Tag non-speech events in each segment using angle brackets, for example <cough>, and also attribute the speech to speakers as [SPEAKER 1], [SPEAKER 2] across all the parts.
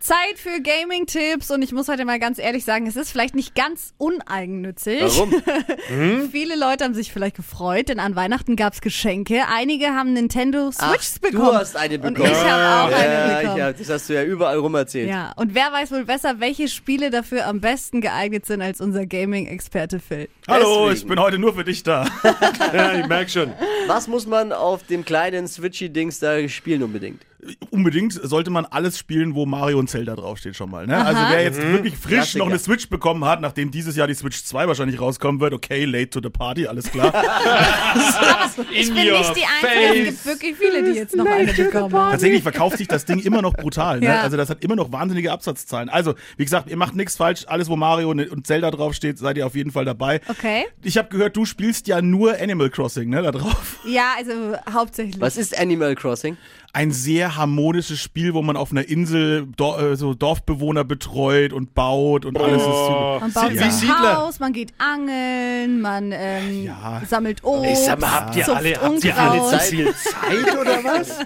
[SPEAKER 1] Zeit für Gaming-Tipps und ich muss heute mal ganz ehrlich sagen, es ist vielleicht nicht ganz uneigennützig.
[SPEAKER 2] Warum?
[SPEAKER 1] Viele Leute haben sich vielleicht gefreut, denn an Weihnachten gab es Geschenke. Einige haben Nintendo Switch bekommen.
[SPEAKER 2] Du hast eine bekommen.
[SPEAKER 1] Und ich habe auch
[SPEAKER 2] ja,
[SPEAKER 1] eine
[SPEAKER 2] ich
[SPEAKER 1] bekommen.
[SPEAKER 2] hab- das hast du ja überall rum erzählt.
[SPEAKER 1] ja, und wer weiß wohl besser, welche Spiele dafür am besten geeignet sind als unser Gaming-Experte Phil.
[SPEAKER 3] Hallo,
[SPEAKER 2] Deswegen.
[SPEAKER 3] ich bin heute nur für dich da.
[SPEAKER 4] Ja, ich merk schon.
[SPEAKER 2] Was muss man auf dem kleinen Switchy-Dings da spielen unbedingt?
[SPEAKER 3] Unbedingt sollte man alles spielen, wo Mario und Zelda draufsteht schon mal. Ne? Also wer jetzt
[SPEAKER 1] Mhm.
[SPEAKER 3] wirklich frisch
[SPEAKER 2] Klassiker.
[SPEAKER 3] noch eine Switch bekommen hat, nachdem dieses Jahr die Switch 2 wahrscheinlich rauskommen wird, okay, late to the party, alles
[SPEAKER 1] <laughs>
[SPEAKER 3] klar.
[SPEAKER 2] <laughs>
[SPEAKER 1] Ich
[SPEAKER 4] In
[SPEAKER 1] bin
[SPEAKER 4] your
[SPEAKER 1] nicht die Einzige, es gibt
[SPEAKER 4] face.
[SPEAKER 1] wirklich viele, die jetzt noch eine bekommen haben.
[SPEAKER 3] Tatsächlich verkauft sich das Ding immer noch brutal. Ne?
[SPEAKER 1] Ja.
[SPEAKER 3] Also das hat immer noch wahnsinnige Absatzzahlen. Also, wie gesagt, ihr macht nichts falsch. Alles, wo Mario und- und Zelda draufsteht, seid ihr auf jeden Fall dabei.
[SPEAKER 1] Okay.
[SPEAKER 3] Ich habe gehört, du spielst ja nur Animal Crossing, ne, da drauf.
[SPEAKER 1] Ja, also hauptsächlich.
[SPEAKER 2] Was ist Animal Crossing?
[SPEAKER 3] ein sehr harmonisches Spiel, wo man auf einer Insel Dor äh, so Dorfbewohner betreut und baut und alles ist super.
[SPEAKER 1] Man baut
[SPEAKER 3] Sie-
[SPEAKER 1] sein
[SPEAKER 3] wie Siedler.
[SPEAKER 1] Haus, man geht angeln, man ähm,
[SPEAKER 3] Ja.
[SPEAKER 1] sammelt Obst.
[SPEAKER 4] Ich sag mal, habt ihr
[SPEAKER 1] zupft
[SPEAKER 4] alle, habt ihr
[SPEAKER 1] Unkraut.
[SPEAKER 4] alle zu viel Zeit oder was?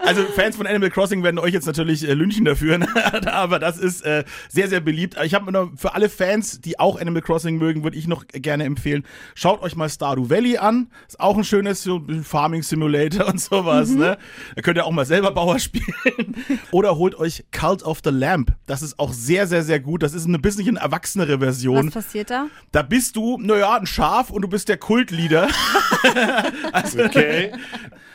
[SPEAKER 3] Also Fans von Animal Crossing werden euch jetzt natürlich äh, lynchen dafür, ne? <laughs> aber das ist äh, sehr, sehr beliebt. Ich habe mir noch für alle Fans, die auch Animal Crossing mögen, würde ich noch gerne empfehlen, schaut euch mal Stardew Valley an. Ist auch ein schönes so ein Farming Simulator <laughs> und sowas. Ne? Da könnt ihr auch mal selber Bauer <laughs> spielen. Oder holt euch Cult of the Lamp. Das ist auch sehr, sehr, sehr gut. Das ist eine bisschen erwachsenere Version.
[SPEAKER 1] Was passiert da?
[SPEAKER 3] Da bist du, naja, ein Schaf und du bist der Kultleader.
[SPEAKER 4] Okay.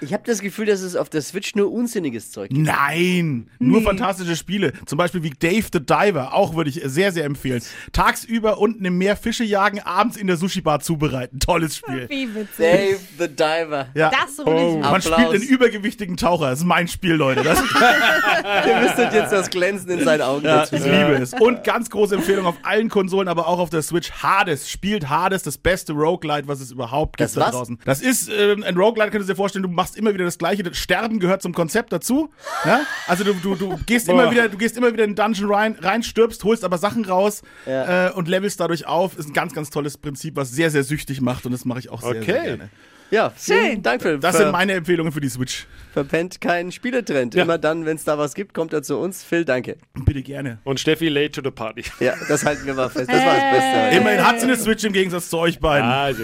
[SPEAKER 2] Ich habe das Gefühl, dass es auf der Switch nur unsinniges Zeug gibt.
[SPEAKER 3] Nein, nur fantastische Spiele. Zum Beispiel wie Dave the Diver, auch würde ich sehr, sehr empfehlen. Tagsüber unten im Meer Fische jagen, abends in der Sushi-Bar zubereiten. Tolles Spiel.
[SPEAKER 1] Wie witzig.
[SPEAKER 2] Dave the Diver.
[SPEAKER 3] Ja.
[SPEAKER 1] Das will ich
[SPEAKER 3] Man
[SPEAKER 2] Applaus.
[SPEAKER 3] spielt einen übergewichtigen Taucher. Das ist mein Spiel, Leute. Das,
[SPEAKER 2] Ihr müsstet jetzt das Glänzen in seinen Augen
[SPEAKER 3] ja, ich
[SPEAKER 2] dazu sehen.
[SPEAKER 3] liebe es. Und ganz große Empfehlung auf allen Konsolen, aber auch auf der Switch. Hades. Spielt Hades, das beste Roguelite, was es überhaupt gibt
[SPEAKER 2] Das
[SPEAKER 3] da
[SPEAKER 2] was?
[SPEAKER 3] draußen. Das ist, ähm, ein Roguelite könntest du dir vorstellen, du machst immer wieder das Gleiche. Das Sterben gehört zum Konzept dazu. Ja? Also du, du, du gehst immer
[SPEAKER 4] Boah.
[SPEAKER 3] wieder, du gehst immer wieder in den Dungeon rein, rein, stirbst, holst aber Sachen raus
[SPEAKER 2] Ja.
[SPEAKER 3] äh, und levelst dadurch auf. Ist ein ganz, ganz tolles Prinzip, was sehr, sehr süchtig macht und das mache ich auch sehr, sehr
[SPEAKER 4] Okay.
[SPEAKER 3] gerne.
[SPEAKER 2] Ja, vielen
[SPEAKER 1] Schön.
[SPEAKER 2] Dank für
[SPEAKER 3] Das
[SPEAKER 2] ver
[SPEAKER 3] sind meine Empfehlungen für die Switch.
[SPEAKER 2] verpennt keinen Spieletrend. Immer dann, wenn es da was gibt, kommt er zu uns. Phil, danke.
[SPEAKER 3] Bitte gerne.
[SPEAKER 4] Und Steffi late to the party.
[SPEAKER 2] Ja, das halten wir mal fest. Das war das Beste.
[SPEAKER 3] Immerhin hat sie eine Switch im Gegensatz zu euch beiden.
[SPEAKER 4] Also,